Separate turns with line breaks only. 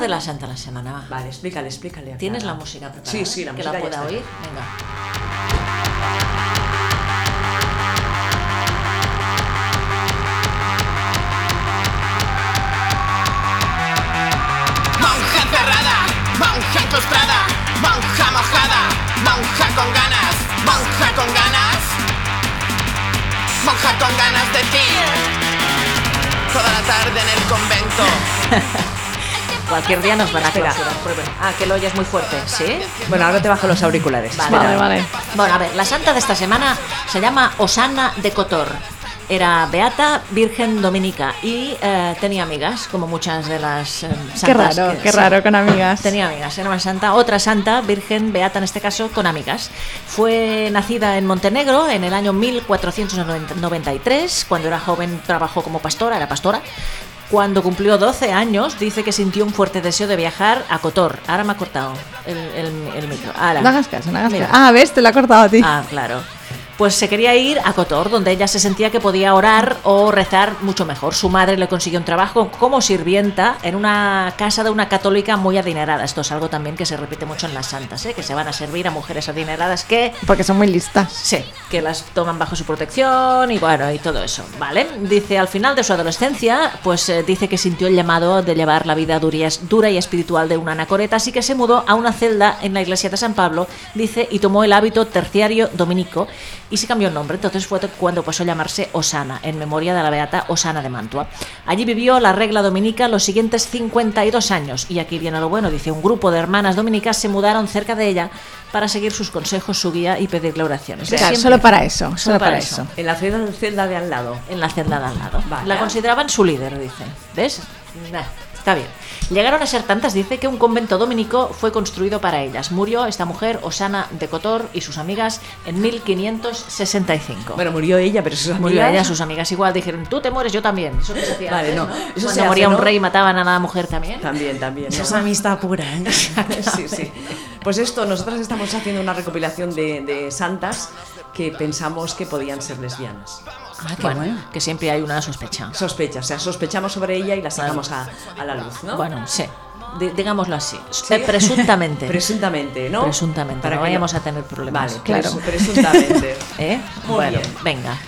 de la Santa la semana. va.
Vale, explícale, explícale. a
¿Tienes
Clara.
la música preparada?
Sí, sí, la
Que
música.
la
ya
pueda
está.
oír. Venga.
Monja cerrada, monja encostrada, monja mojada, monja con ganas, monja con ganas, monja con ganas de ti. Toda la tarde en el convento.
Cualquier día nos van a
Espera, pues
clausurar.
prueba.
Ah, que lo oyes muy fuerte. ¿Sí?
Bueno, ahora te bajo los auriculares.
Vale,
Espera.
vale, Bueno, a ver, la santa de esta semana se llama Osana de Cotor. Era beata, virgen dominica y eh, tenía amigas, como muchas de las eh,
Qué
santas.
raro,
que-
qué
sí,
raro con amigas.
Tenía amigas, era una santa, otra santa, virgen, beata en este caso, con amigas. Fue nacida en Montenegro en el año 1493, cuando era joven trabajó como pastora, era pastora. Cuando cumplió 12 años, dice que sintió un fuerte deseo de viajar a Cotor. Ahora me ha cortado el, el- el micro. Ahora.
No hagas caso, no hagas
Mira.
caso. Ah, ves, te lo ha cortado a ti.
Ah, claro. Pues se quería ir a Cotor, donde ella se sentía que podía orar o rezar mucho mejor. Su madre le consiguió un trabajo como sirvienta en una casa de una católica muy adinerada. Esto es algo también que se repite mucho en las santas, ¿eh? que se van a servir a mujeres adineradas que
Porque son muy listas.
Sí, que las toman bajo su protección y bueno, y todo eso, ¿vale? Dice, al final de su adolescencia, pues eh, dice que sintió el llamado de llevar la vida durías- dura y espiritual de una anacoreta, así que se mudó a una celda en la iglesia de San Pablo, dice, y tomó el hábito terciario dominico y se cambió el nombre, entonces fue cuando pasó a llamarse Osana, en memoria de la beata Osana de Mantua. Allí vivió la regla dominica los siguientes 52 años, y aquí viene lo bueno, dice, un grupo de hermanas dominicas se mudaron cerca de ella para seguir sus consejos, su guía y pedirle oraciones.
Claro,
Siempre.
solo para eso, solo, para, eso.
En la celda, celda de al lado.
En la celda de al lado.
Vale.
La consideraban su líder, dice. ¿Ves? Nah, está bien. Llegaron a ser tantas, dice, que un convento dominico fue construido para ellas. Murió esta mujer, Osana de Cotor, y sus amigas en 1565.
Bueno, murió ella, pero sus
Murió
amigas-
ella, sus amigas igual dijeron, tú te mueres, yo también. Eso que se hacía
Vale,
antes,
no.
¿no?
Eso se
Cuando
hace,
moría un
¿no?
rey, mataban a la mujer también.
También, también. ¿no?
amistad pura, ¿eh?
sí, sí. Pues esto, nosotras estamos haciendo una recopilación de, de santas que pensamos que podían ser lesbianas.
bueno, que siempre hay una sospecha.
Sospechas, o sea, sospechamos sobre ella y la sacamos a, a la luz, ¿no?
Bueno, sí. Di- digámoslo así. Eh, presuntamente.
Presuntamente, ¿no?
Presuntamente, no
que
vayamos a tener problemas.
Vale,
Claro.
claro. presuntamente.
¿Eh?
Muy
bueno,
bien.
venga.